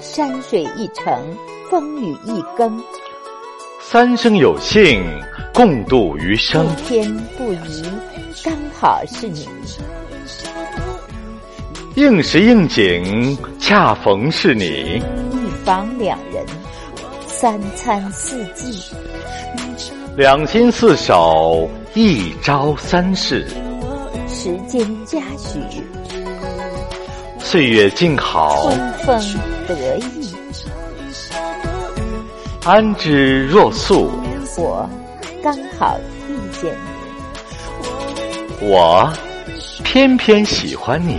山水一程，风雨一更，三生有幸，共度余生。不偏不倚，刚好是你。应时应景，恰逢是你。一房两人，三餐四季，两心似手，一朝三世。时间嘉许，岁月静好，春风得意。安之若素。我刚好遇见你，我偏偏喜欢你。